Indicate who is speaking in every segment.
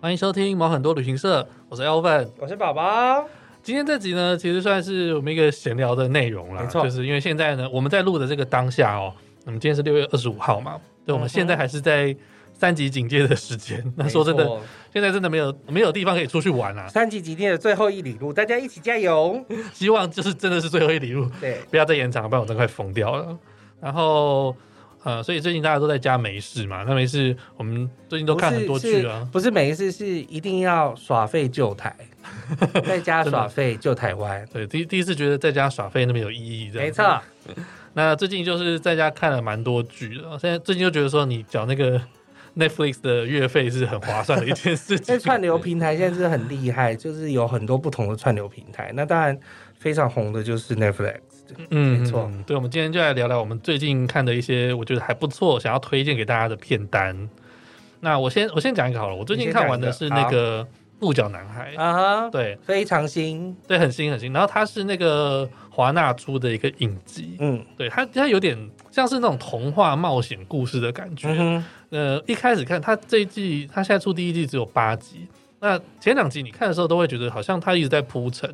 Speaker 1: 欢迎收听毛很多旅行社，我是 Elvin。
Speaker 2: 我是宝宝，
Speaker 1: 今天这集呢，其实算是我们一个闲聊的内容啦，
Speaker 2: 没错
Speaker 1: 就是因为现在呢，我们在录的这个当下哦，我们今天是六月二十五号嘛，对，我们
Speaker 2: 嗯哼
Speaker 1: 现在还是在三级警戒的时间。那说真的
Speaker 2: 嗯没，错，
Speaker 1: 现在真的没有没有地方可以出去玩啦、啊
Speaker 2: 三级几天的最后一里路，大家一起加 油！
Speaker 1: 希望就是真的是最后一里路，
Speaker 2: 对，
Speaker 1: 不要再延长，不然我真的快疯掉了。然后呃，所以最近大家都在家没事嘛，那没事，我们最近都看很多剧啊，
Speaker 2: 不是每一次是一定要耍废 救台，在家耍废救台湾，
Speaker 1: 对，第第一次觉得在家耍废那么有意义，这样
Speaker 2: 没
Speaker 1: 子
Speaker 2: 错，
Speaker 1: 那最近就是在家看了蛮多剧的，现在最近就觉得说你缴那个 Netflix 的月费是很划算的一件事
Speaker 2: 在
Speaker 1: 情。嗯
Speaker 2: 串流平台现在是很 厉害，就是有很多不同的串流平台。那当然非常红的就是 Netflix，
Speaker 1: 嗯
Speaker 2: 没错
Speaker 1: 嗯对，我们今天就来聊聊我们最近看的一些我觉得还不错，想要推荐给大家的片单。那我先我先讲一个好了，我最近
Speaker 2: 你先讲
Speaker 1: 看完
Speaker 2: 一个
Speaker 1: 的是那个《鹿角男孩》
Speaker 2: 啊哈，
Speaker 1: 对
Speaker 2: 非常新，
Speaker 1: 对，很新很新。然后它是那个华纳出的一个影集，
Speaker 2: 嗯
Speaker 1: 对它它有点像是那种童话冒险故事的感觉。
Speaker 2: 嗯哼，
Speaker 1: 呃，一开始看它这一季，它现在出第一季只有八集。那前两集你看的时候，都会觉得好像它一直在铺陈，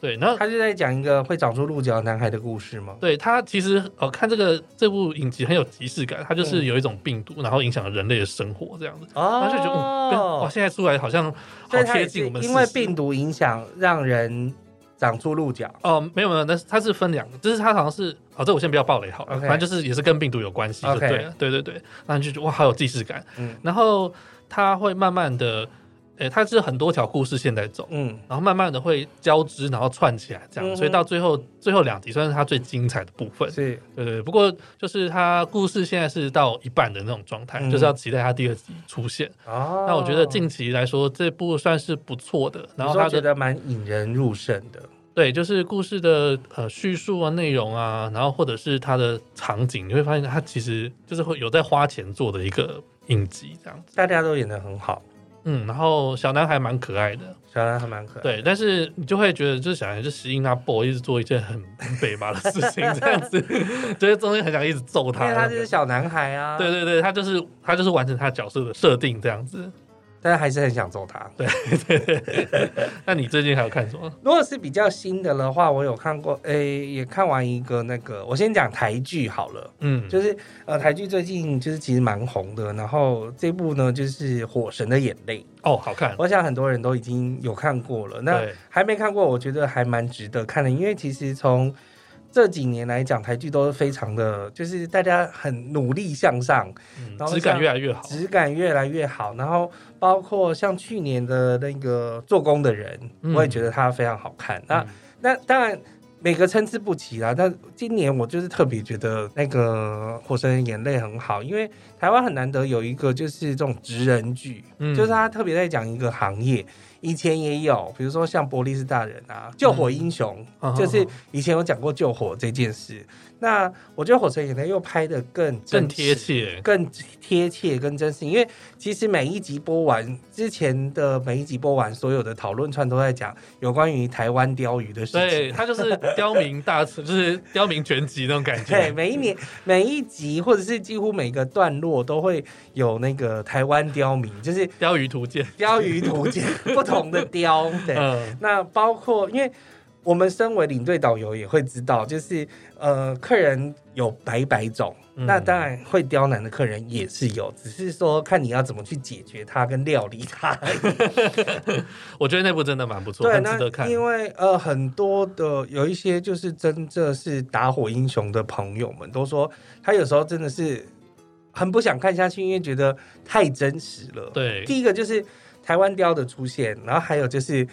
Speaker 1: 对，然后
Speaker 2: 他就在讲一个会长出鹿角的男孩的故事吗？
Speaker 1: 对它其实哦，看这个这部影集很有即视感，它就是
Speaker 2: 嗯
Speaker 1: 有一种病毒，然后影响了人类的生活这样子，然后就觉得嗯，跟哇，
Speaker 2: 哦，
Speaker 1: 现在出来好像
Speaker 2: 所
Speaker 1: 好
Speaker 2: 以他
Speaker 1: 贴
Speaker 2: 也是
Speaker 1: 近我们，
Speaker 2: 因为病。毒影响让人长出鹿角。
Speaker 1: 哦，没有没有，但是它是分两个，就是它好像是，好、这我先不要暴雷好了
Speaker 2: OK
Speaker 1: 反正就是也是跟病毒有关系就
Speaker 2: OK
Speaker 1: 对了对对对，然后你就觉得哇，好有即视感，
Speaker 2: 嗯
Speaker 1: 然后它会慢慢的，诶、它是很多条故事线在走，
Speaker 2: 嗯，
Speaker 1: 然后慢慢的会交织，然后串起来这样，
Speaker 2: 嗯哼
Speaker 1: 所以到最后最后两集算是它最精彩的部分。
Speaker 2: 是
Speaker 1: 对对，对不过就是它故事现在是到一半的那种状态，
Speaker 2: 嗯
Speaker 1: 就是要期待它第二集出现。
Speaker 2: 哦。
Speaker 1: 那我觉得近期来说，这部算是不错的。然后
Speaker 2: 他
Speaker 1: 它
Speaker 2: 觉
Speaker 1: 的
Speaker 2: 得蛮引人入胜的。
Speaker 1: 对，就是故事的呃叙述啊、内容啊，然后或者是它的场景，你会发现它其实就是会有在花钱做的一个影集这样子。
Speaker 2: 大家都演得很好，
Speaker 1: 嗯，然后小男孩蛮可爱的，
Speaker 2: 小兰还蛮可爱。，
Speaker 1: 对，但是你就会觉得，就是想要去吸引他 boy，一直做一件很北麻的事情，这样 子，就是中间很想一直揍
Speaker 2: 因
Speaker 1: 他。
Speaker 2: 为他就是小男孩啊。
Speaker 1: 对，对对，他就是他就是完成他角色的设定这样子。
Speaker 2: 但是还是很想揍他。
Speaker 1: 那你最近还有看什么？
Speaker 2: 如果是比较新的的话，我有看过，诶、也看完一个那个，我先讲台剧好了。
Speaker 1: 嗯，
Speaker 2: 就是呃，台剧最近就是其实蛮红的，然后这部呢就是《火神的眼泪》，
Speaker 1: 哦，好看。
Speaker 2: 我想很多人都已经有看过了。那
Speaker 1: 对，
Speaker 2: 还没看过，我觉得还蛮值得看的，因为其实从这几年来讲，台剧都是非常的，就是大家很努力向上，
Speaker 1: 嗯
Speaker 2: 然后
Speaker 1: 质感
Speaker 2: 像
Speaker 1: 越来越好。
Speaker 2: 质感越来越好。然后包括像去年的那个做工的人，
Speaker 1: 嗯
Speaker 2: 我也觉得它非常好看。那、
Speaker 1: 嗯
Speaker 2: 那当然。每个参差不齐啦，但今年我就是特别觉得那个《火神的眼泪》很好，因为台湾很难得有一个就是这种职人剧，
Speaker 1: 嗯
Speaker 2: 就是他特别在讲一个行业，以前也有，比如说像伯利斯大人啊，救火英雄，
Speaker 1: 嗯
Speaker 2: 就是以前有讲过救火这件事。那我觉得《火神眼泪》又拍的更真
Speaker 1: 更贴
Speaker 2: 实、
Speaker 1: 切。
Speaker 2: 更贴切、更真实，因为其实每一集播完之前的每一集播完，所有的讨论串都在讲有关于台湾鲷鱼的事情。
Speaker 1: 对，他就是刁民大，就是刁民全集那种感
Speaker 2: 对，
Speaker 1: 觉。
Speaker 2: 每一年、每一集，或者是几乎每个段落，都会有那个台湾刁民，就是
Speaker 1: 刁鱼图鉴。
Speaker 2: 鲷鱼 图鉴不同的刁。对，
Speaker 1: 嗯，
Speaker 2: 那包括因为。我们身为领队导游也会知道，就是呃，客人有百百种，
Speaker 1: 嗯
Speaker 2: 那当然会刁难的客人也是有，只是说看你要怎么去解决它跟料理它。
Speaker 1: 我觉得那部真的蛮不错，
Speaker 2: 对，
Speaker 1: 很值得
Speaker 2: 那
Speaker 1: 看。
Speaker 2: 因为呃，很多的有一些就是真正是打火英雄的朋友们都说，他有时候真的是很不想看下去，因为觉得太真实了。
Speaker 1: 对，
Speaker 2: 第一个就是台湾雕的出现，然后还有就是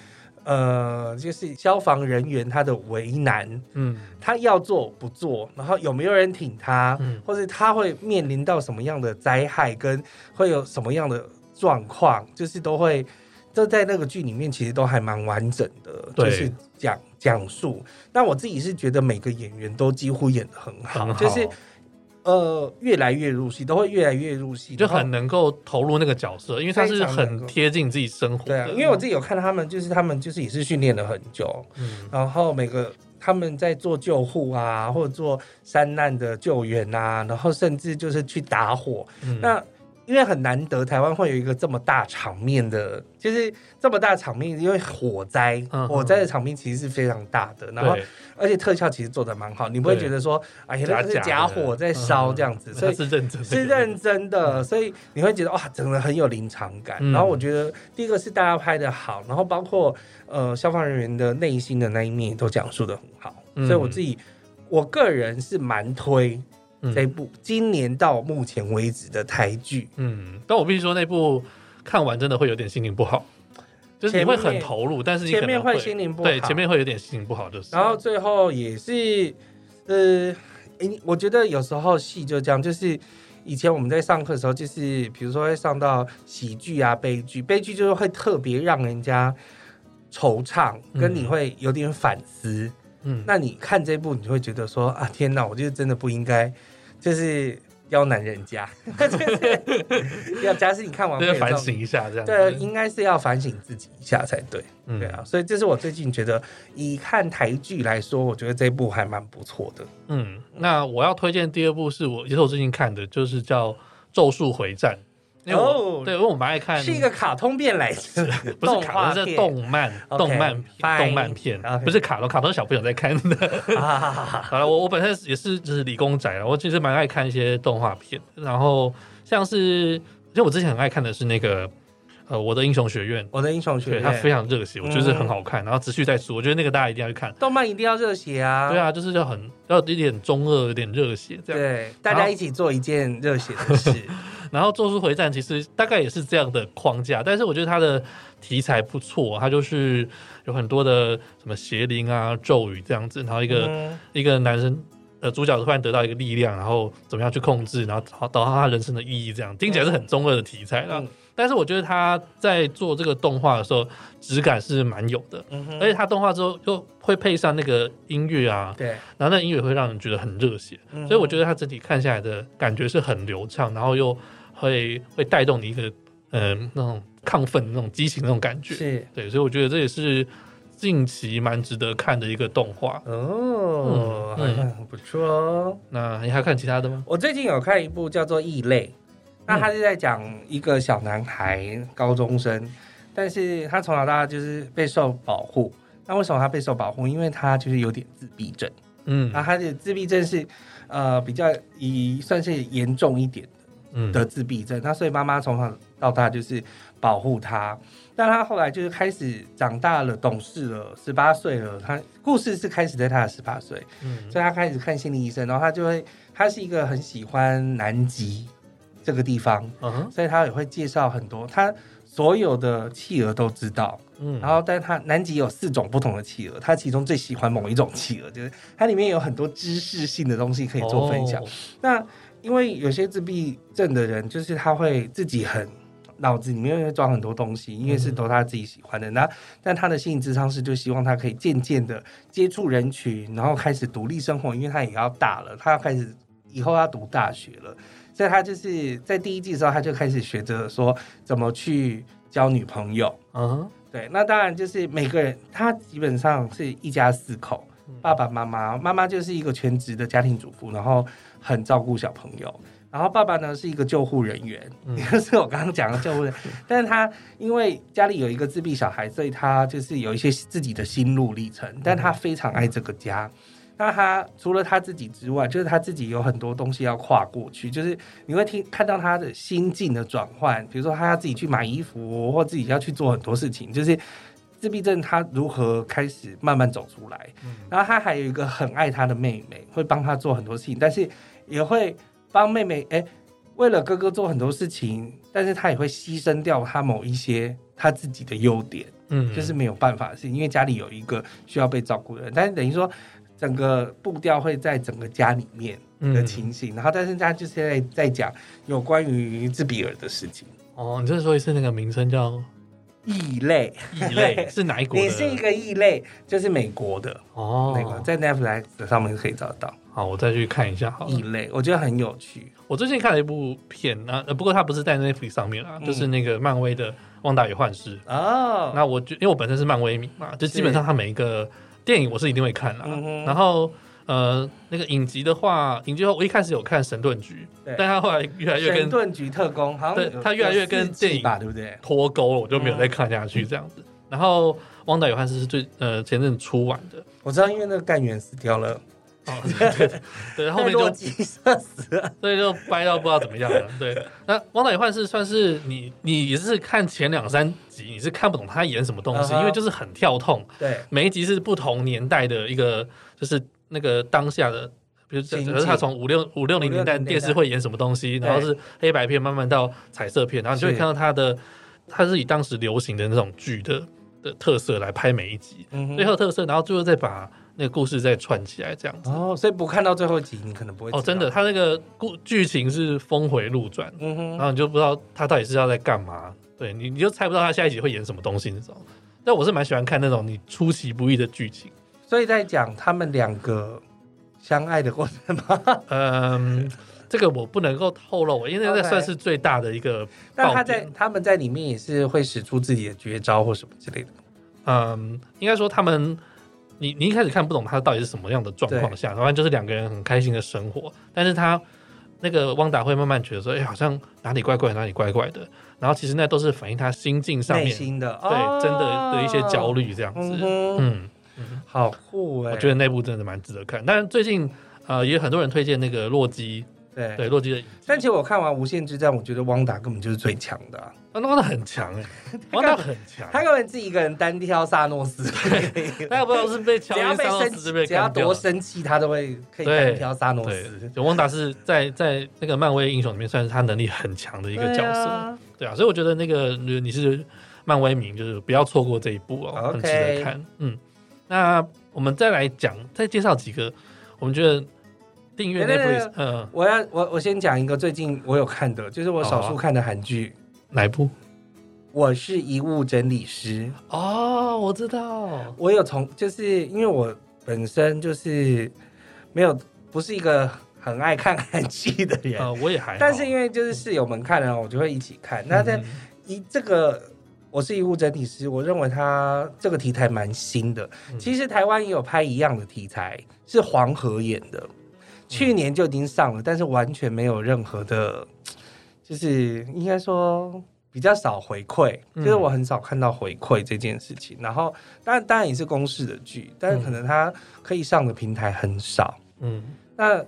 Speaker 2: 呃，就是消防人员他的为难，
Speaker 1: 嗯
Speaker 2: 他要做不做，然后有没有人挺他，
Speaker 1: 嗯
Speaker 2: 或是他会面临到什么样的灾害，跟会有什么样的状况，就是都会都在那个剧里面其实都还蛮完整的，
Speaker 1: 对
Speaker 2: 就是讲讲述。那我自己是觉得每个演员都几乎演的很好，
Speaker 1: 很好，
Speaker 2: 就是呃越来越入戏，都会越来越入戏，
Speaker 1: 就
Speaker 2: 然后
Speaker 1: 很能够投入那个角色，因为他是
Speaker 2: 非常能
Speaker 1: 很
Speaker 2: 够
Speaker 1: 贴近自己生活
Speaker 2: 对啊
Speaker 1: 的。。
Speaker 2: 因为我自己有看他们，就是他们就是也是训练了很久，
Speaker 1: 嗯
Speaker 2: 然后每个他们在做救护啊，或者做山难的救援啊，然后甚至就是去打火。
Speaker 1: 嗯
Speaker 2: 那因为很难得台湾会有一个这么大场面的，就是这么大场面，因为火灾
Speaker 1: 嗯，
Speaker 2: 火灾的场面其实是非常大的，然后
Speaker 1: 对
Speaker 2: 而且特效其实做的蛮好，你不会
Speaker 1: 对
Speaker 2: 觉得说哎呀那个是
Speaker 1: 假假的
Speaker 2: 假火在烧
Speaker 1: 嗯
Speaker 2: 这 样子，所
Speaker 1: 他
Speaker 2: 以
Speaker 1: 是认真的，
Speaker 2: 是认真的，所以你会觉得哇，整个很有临场感。
Speaker 1: 嗯
Speaker 2: 然后我觉得第一个是大家拍的好，然后包括呃消防人员的内心的那一面也都讲述的很好，
Speaker 1: 嗯
Speaker 2: 所以我自己我个人是蛮推这
Speaker 1: 嗯
Speaker 2: 部、今年到目前为止的台剧。
Speaker 1: 嗯，但我必须说那部看完真的会有点心情不好，就是你会
Speaker 2: 前
Speaker 1: 很
Speaker 2: 面
Speaker 1: 投入，但是你
Speaker 2: 前
Speaker 1: 可
Speaker 2: 面
Speaker 1: 能
Speaker 2: 会
Speaker 1: 会
Speaker 2: 心情不
Speaker 1: 对
Speaker 2: 好
Speaker 1: 前面会有点心情不好，就是
Speaker 2: 然后最后也是，呃，诶我觉得有时候戏就这样，就是以前我们在上课的时候，就是比如说会上到喜剧啊、悲剧，悲剧就是会特别让人家惆怅，跟你
Speaker 1: 嗯
Speaker 2: 会有点反思。
Speaker 1: 嗯
Speaker 2: 那你看这部，你会觉得说啊，天哪，我就真的不应该，就是刁难人 家，就是要假使你看完会
Speaker 1: 对
Speaker 2: 有
Speaker 1: 反
Speaker 2: 这种。
Speaker 1: 省一下这样子，
Speaker 2: 对，应该是要反省自己一下才对。
Speaker 1: 嗯
Speaker 2: 对啊，所以这是我最近觉得，以看台剧来说，我觉得这部还蛮不错的。
Speaker 1: 嗯，那我要推荐第二部是我也是我最近看的，就是叫《咒术回战》，因为我、
Speaker 2: 哦
Speaker 1: 对，因为我蛮爱看，
Speaker 2: 是一个卡通片来的
Speaker 1: 不是
Speaker 2: 动
Speaker 1: 卡
Speaker 2: 画
Speaker 1: 通，是
Speaker 2: 片
Speaker 1: 动漫
Speaker 2: OK，
Speaker 1: 动漫片
Speaker 2: fine，
Speaker 1: 动漫片
Speaker 2: OK
Speaker 1: 不是卡通，卡通是小朋友在看的。
Speaker 2: 啊，
Speaker 1: 好了，我我本身也是就是理工仔了，我其实蛮爱看一些动画片，然后像是其实我之前很爱看的是那个呃《我的英雄学院》。
Speaker 2: 我的英雄学
Speaker 1: 对，
Speaker 2: 院，嗯
Speaker 1: 它非常热血，我觉得很好看，然后持续在出，我觉得那个大家一定要去看。
Speaker 2: 动漫一定要热血啊，
Speaker 1: 对啊，就是要很要有一点中二，有点热血这样。
Speaker 2: 对，大家一起做一件热血 的事。
Speaker 1: 然后《咒术回战》其实大概也是这样的框架，但是我觉得它的题材不错，它就是有很多的什么邪灵啊、咒语这样子，然后一个、
Speaker 2: 嗯
Speaker 1: 一个男生。呃，主角突然得到一个力量，然后怎么样去控制，然后找找到他人生的意义，这样听起来是很中二的题材啦。
Speaker 2: 嗯
Speaker 1: 但是我觉得他在做这个动画的时候，质感是蛮有的，
Speaker 2: 嗯哼
Speaker 1: 而且他动画之后又会配上那个音乐啊，
Speaker 2: 对，嗯
Speaker 1: 然后那音乐会让人觉得很热血。
Speaker 2: 所
Speaker 1: 所以我觉
Speaker 2: 得
Speaker 1: 得它整体看下来的感觉是很流畅，然后又会会带动你一个嗯、呃那种亢奋、那种激情那种感觉。
Speaker 2: 是
Speaker 1: 对，所以我觉得这也是近期蛮值得看的一个动画。
Speaker 2: 哦
Speaker 1: 嗯，
Speaker 2: 好像 很不错哦。
Speaker 1: 那你还看其他的吗？
Speaker 2: 我最近有看一部叫做《异类》，那他是在讲一个小男孩，高中生，但是他从小到大就是备受保护。那为什么他备受保护？因为他就是有点自闭症，
Speaker 1: 嗯
Speaker 2: 那他的自闭症是呃比较以算是严重一点
Speaker 1: 嗯
Speaker 2: 的自闭症，那所以妈妈从小到大就是保护他。但他后来就是开始长大了，懂事了，十八岁了。他故事是开始在他的十八岁，
Speaker 1: 嗯
Speaker 2: 所以他开始看心理医生，然后他就会，他是一个很喜欢南极这个地方，
Speaker 1: 嗯哼
Speaker 2: 所以他也会介绍很多，他所有的企鹅都知道，
Speaker 1: 嗯，
Speaker 2: 然后但他南极有四种不同的企鹅，他其中最喜欢某一种企鹅，就是它里面有很多知识性的东西可以做分享。
Speaker 1: 哦
Speaker 2: 那因为有些自闭症的人，就是他会自己很脑子里面会装很多东西，因为是都他自己喜欢的。那但他的心理智商师就希望他可以渐渐的接触人群，然后开始独立生活，因为他也要大了，他要开始以后要读大学了。所以他就是在第一季的时候，他就开始学着说怎么去交女朋友。
Speaker 1: 嗯哼
Speaker 2: 对，那当然就是每个人，他基本上是一家四口，爸爸妈妈，妈妈就是一个全职的家庭主妇，然后很照顾小朋友。然后爸爸呢是一个救护人员，
Speaker 1: 嗯
Speaker 2: 也 就是我刚刚讲的救护人员，但是他因为家里有一个自闭小孩，所以他就是有一些自己的心路历程，但他非常爱这个家。那他除了他自己之外，就是他自己有很多东西要跨过去，就是你会听看到他的心境的转换，比如说他要自己去买衣服，或自己要去做很多事情，就是自闭症他如何开始慢慢走出来。然后他还有一个很爱他的妹妹，会帮他做很多事情，但是也会帮妹妹哎，为了哥哥做很多事情，但是他也会牺牲掉他某一些他自己的优点。
Speaker 1: 嗯
Speaker 2: 就是没有办法的事情，因为家里有一个需要被照顾的人，但是等于说整个步调会在整个家里面的
Speaker 1: 嗯
Speaker 2: 情形，然后但是他就是在在讲有关于自闭儿的事情，
Speaker 1: 哦，你再说一次那个名称叫
Speaker 2: 异类，
Speaker 1: 异类是哪一国的？
Speaker 2: 你是一个异类，就是美国的、
Speaker 1: 哦，
Speaker 2: 那个，在 Netflix 上面可以找得到
Speaker 1: 好，我再去看一下好了。
Speaker 2: 异类，我觉得很有趣。
Speaker 1: 我最近看了一部片啊，呃不过它不是在 Netflix 上面
Speaker 2: 嗯
Speaker 1: 啊，就是那个漫威的《旺达与幻视》。
Speaker 2: 哦，
Speaker 1: 那我就因为我本身是漫威迷嘛，就基本上他每一个电影我是一定会看啦。
Speaker 2: 嗯哼
Speaker 1: 然后呃，那个影集的话，影集的话，我一开始有看《神盾局》
Speaker 2: 对，
Speaker 1: 但他后来越来越
Speaker 2: 神
Speaker 1: 跟
Speaker 2: 盾局特工，好像
Speaker 1: 对
Speaker 2: 有
Speaker 1: 它越来越跟
Speaker 2: 有四季
Speaker 1: 电影
Speaker 2: 吧，对不对？
Speaker 1: 脱钩了，我就没
Speaker 2: 嗯
Speaker 1: 有再看下去这样子。然后《汪达与汉斯》是最呃前阵子出完的，
Speaker 2: 我知道，因为那个干员死掉了，
Speaker 1: 哦，对对对对，后面
Speaker 2: 被洛
Speaker 1: 就
Speaker 2: 基 射死了。
Speaker 1: 所以就掰到不知道怎么样了。 对，那《汪达与幻视》算是你你也是看前两三集，你是看不懂他演什么东西
Speaker 2: 嗯哼
Speaker 1: 因为就是很跳痛，
Speaker 2: 对，
Speaker 1: 每一集是不同年代的一个，就是那个当下的。比如假
Speaker 2: 情
Speaker 1: 假
Speaker 2: 景
Speaker 1: 设他从五六五六零年代电视会演什么东西，
Speaker 2: 对
Speaker 1: 然后是黑白片慢慢到彩色片，然后你就会
Speaker 2: 是
Speaker 1: 看到他的，他是以当时流行的那种剧的的特色来拍每一集，
Speaker 2: 嗯哼
Speaker 1: 最后特色，然后最后再把那个故事再串起来这样子。
Speaker 2: 哦，所以不看到最后集，你可能不会
Speaker 1: 哦，
Speaker 2: 知道
Speaker 1: 真的，，他那个故剧情是峰回路转，
Speaker 2: 嗯哼
Speaker 1: 然，后你就不知道他到底是要在干嘛，对你你就猜不到他下一集会演什么东西那种。但我是蛮喜欢看那种你出其不意的剧情，
Speaker 2: 所以在讲他们两个相爱的过 程吗？
Speaker 1: 嗯，这个我不能够透露，因为那
Speaker 2: OK
Speaker 1: 算是最大的一个
Speaker 2: 但
Speaker 1: 爆
Speaker 2: 他在
Speaker 1: 点。
Speaker 2: 他们在里面也是会使出自己的绝招或什么之类的。
Speaker 1: 嗯，应该说他们，你你一开始看不懂他到底是什么样的状况下，反正就是两个人很开心的生活，但是他。那个汪达会慢慢觉得说，哎、好像哪里怪怪，哪里怪怪的。然后其实那都是反映他心境上
Speaker 2: 内
Speaker 1: 面
Speaker 2: 心的
Speaker 1: 对真的的一些焦。
Speaker 2: 哦
Speaker 1: 虑这样子。
Speaker 2: 嗯哼，
Speaker 1: 嗯，
Speaker 2: 好酷哎！
Speaker 1: 我觉得那部真的蛮值得看。但是最近呃，也有很多人推荐那个洛基，
Speaker 2: 对。
Speaker 1: 对洛基的，
Speaker 2: 但其实我看完《无限之战》，我觉得汪达根本就是最强的啊、
Speaker 1: 啊，那个很强 哎、欸，哇，那个很强。
Speaker 2: 他根本自己一个人单挑萨诺斯，
Speaker 1: 大家不知道是被乔
Speaker 2: 只要
Speaker 1: 伊
Speaker 2: 被
Speaker 1: 桑
Speaker 2: 生
Speaker 1: 诺斯被
Speaker 2: 气，只要
Speaker 1: 干掉
Speaker 2: 多
Speaker 1: 了。
Speaker 2: 生气，他都会可以
Speaker 1: 对
Speaker 2: 单挑萨诺斯
Speaker 1: 对，。就汪达是在在那个漫威英雄里面算是他能力很强的一
Speaker 2: 一
Speaker 1: 个角色，对啊所以我觉得那个如果你是漫威迷，就是不要错过这一部哦
Speaker 2: OK
Speaker 1: 很值得看。嗯，那我们再来讲，再介绍几个我们觉得订阅
Speaker 2: 对对
Speaker 1: Netflix，嗯，
Speaker 2: 我要我我先讲一个最近我有看的，就是我少
Speaker 1: 好
Speaker 2: 数
Speaker 1: 啊
Speaker 2: 看的韩剧
Speaker 1: 哪一部？
Speaker 2: 我是遗物整理师，
Speaker 1: 哦，我知道，
Speaker 2: 我有从就是因为我本身就是没有不是一个很爱看韩剧的人，
Speaker 1: 呃，我也还好，
Speaker 2: 但是因为就是室友们看了，我就会一起看。那在
Speaker 1: 嗯
Speaker 2: 一这个。我是遗物整理师，我认为它这个题材蛮新的。
Speaker 1: 嗯
Speaker 2: 其实台湾也有拍一样的题材，是黄河演的，去年就已经上了，但是完全没有任何的，就是应该说比较少回馈，
Speaker 1: 嗯
Speaker 2: 就是我很少看到回馈这件事情。然后，当然当然也是公式的剧，但是可能它可以上的平台很少。
Speaker 1: 嗯
Speaker 2: 那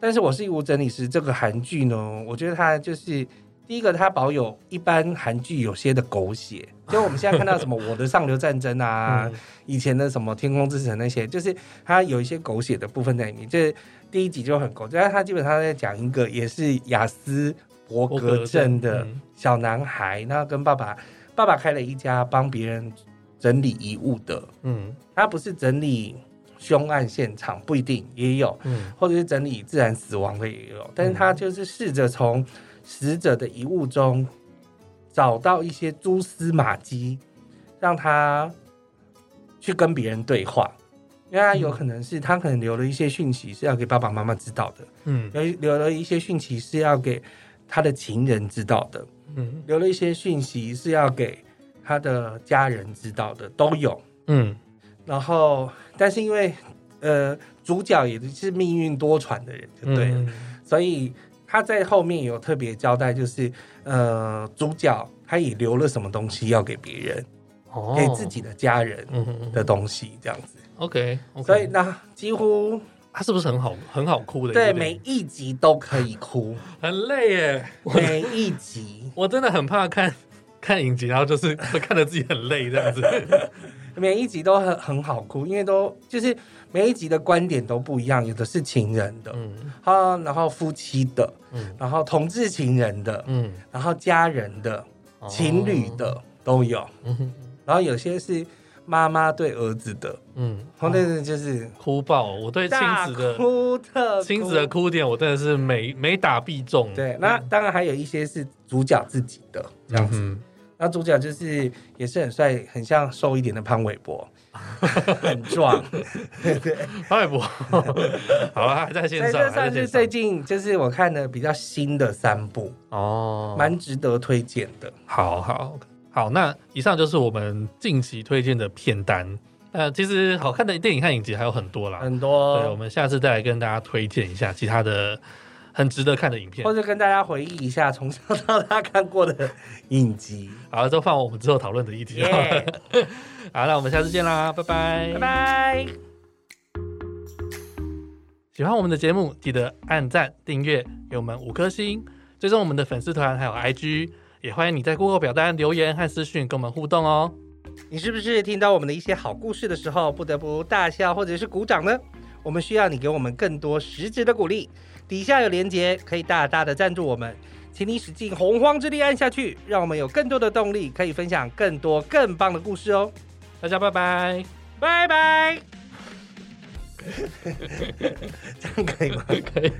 Speaker 2: 但是我是一无整理师这个韩剧呢，我觉得它就是第一个，它保有一般韩剧有些的狗血，就我们现在看到什么《我的上流战争》啊，
Speaker 1: 嗯
Speaker 2: 以前的什么《天空之城》那些，就是它有一些狗血的部分在里面。就是第一集就很狗，但是它基本上在讲一个也是雅思伯
Speaker 1: 伯
Speaker 2: 格
Speaker 1: 格
Speaker 2: 症
Speaker 1: 症
Speaker 2: 的
Speaker 1: 嗯
Speaker 2: 小男孩，那跟爸爸爸爸开了一家帮别人整理遗物的，
Speaker 1: 嗯
Speaker 2: 他不是整理凶案现场，不一定也有。
Speaker 1: 嗯
Speaker 2: 或者是整理自然死亡的也有，但是他就是试着从死者的遗物中找到一些蛛丝马迹，让他去跟别人对话。因为他有可能是他可能留了一些讯息是要给爸爸妈妈知道的，
Speaker 1: 嗯
Speaker 2: 留留了一些讯息是要给他的情人知道的，
Speaker 1: 嗯
Speaker 2: 留了一些讯息是要给他的家人知道的，都有。
Speaker 1: 嗯
Speaker 2: 然后，但是因为呃，主角也是命运多舛的人，就对了，
Speaker 1: 嗯
Speaker 2: 所以他在后面有特别交代，就是呃，主角他也留了什么东西要给别人，
Speaker 1: 哦
Speaker 2: 给自己的家人
Speaker 1: 嗯嗯
Speaker 2: 的东西，这样子。
Speaker 1: OK OK，
Speaker 2: 所以那几乎
Speaker 1: 他是不是很好很好哭的？
Speaker 2: 对
Speaker 1: 有点
Speaker 2: 每一集都可以哭，
Speaker 1: 很累耶，
Speaker 2: 每一集
Speaker 1: 我真的很怕看 看影集，然后就是会看得自己很累这样子。
Speaker 2: 每一集都很很好哭，因为都就是每一集的观点都不一样，有的是情人的，
Speaker 1: 嗯
Speaker 2: 啊，然后夫妻的，
Speaker 1: 嗯
Speaker 2: 然后同志情人的，
Speaker 1: 嗯，
Speaker 2: 然后家人的、
Speaker 1: 哦
Speaker 2: 情侣，的都有，
Speaker 1: 嗯
Speaker 2: 然后有些是妈妈对儿子的，
Speaker 1: 嗯，
Speaker 2: 然后那个就是
Speaker 1: 哭爆！我对亲
Speaker 2: 大
Speaker 1: 子的
Speaker 2: 哭特
Speaker 1: 亲子的
Speaker 2: 哭。
Speaker 1: 哭点，我真的是每每打必中。
Speaker 2: 对，那当然还有一些是主角自己的这样子。
Speaker 1: 嗯
Speaker 2: 那主角就是也是很帅，很像瘦一点的潘玮 柏，很壮。
Speaker 1: 潘玮柏，哎 好了，还在
Speaker 2: 所以
Speaker 1: 线上，
Speaker 2: 这
Speaker 1: 还在
Speaker 2: 算是
Speaker 1: 线
Speaker 2: 最
Speaker 1: 上。
Speaker 2: 近就是我看的比较新的三部，
Speaker 1: 哦，
Speaker 2: 蛮值得推荐的。
Speaker 1: 好好好，那以上就是我们近期推荐的片单。那其实好看的电影和影集还有很多啦，
Speaker 2: 很
Speaker 1: 对，我
Speaker 2: 多，
Speaker 1: 们下次再来跟大家推荐一下其他的很值得看的影片
Speaker 2: 或。者跟大家回忆一下从小到大看过的影集。
Speaker 1: 好，都放我们之后讨论的议题。
Speaker 2: 耶、
Speaker 1: 好了 好，那我们下次见啦，拜拜
Speaker 2: 拜。拜。
Speaker 1: 喜欢我们的节目，记得按赞、订阅，给我们五颗星，追踪我们的粉丝团还有 IG，也欢迎你在 Google 表单留言和私讯跟我们互动哦。
Speaker 2: 你是不是听到我们的一些好故事的时候，不得不大笑或者是鼓掌呢？我们需要你给我们更多实质的鼓励。底下有连结，可以大大的赞助我们，请你使尽洪荒之力按下去，让我们有更多的动力，可以分享更多更棒的故事哦。
Speaker 1: 大家拜 拜。
Speaker 2: 拜 拜，这样可以吗？
Speaker 1: 可以。